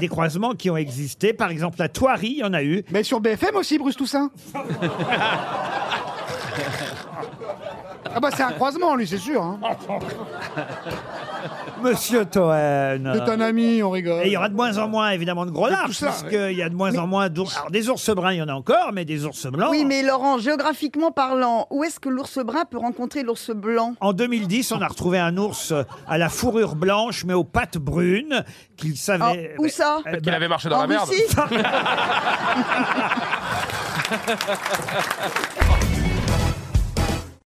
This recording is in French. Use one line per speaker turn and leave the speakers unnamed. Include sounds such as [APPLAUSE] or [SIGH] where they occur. des croisements qui ont existé. Par exemple, la Toirie, il y en a eu.
Mais sur BFM aussi,
[LAUGHS]
Bruce Toussaint Ah bah c'est un croisement, lui, c'est sûr.
Oh
hein.
Monsieur Toen.
C'est un ami, on rigole.
Et il y aura de moins en moins, évidemment, de gros
Mais
lards,
tout ça,
puisqu'il y a de moins en moins d'ours. Alors, des ours bruns, il y en a encore, mais des ours blancs.
Oui, mais Laurent, géographiquement parlant, où est-ce que l'ours brun peut rencontrer l'ours blanc
En 2010, on a retrouvé un ours à la fourrure blanche, mais aux pattes brunes, qu'il savait.
Ah, où ça
Eh ben,
Qu'il avait marché dans
En
la merde.
Russie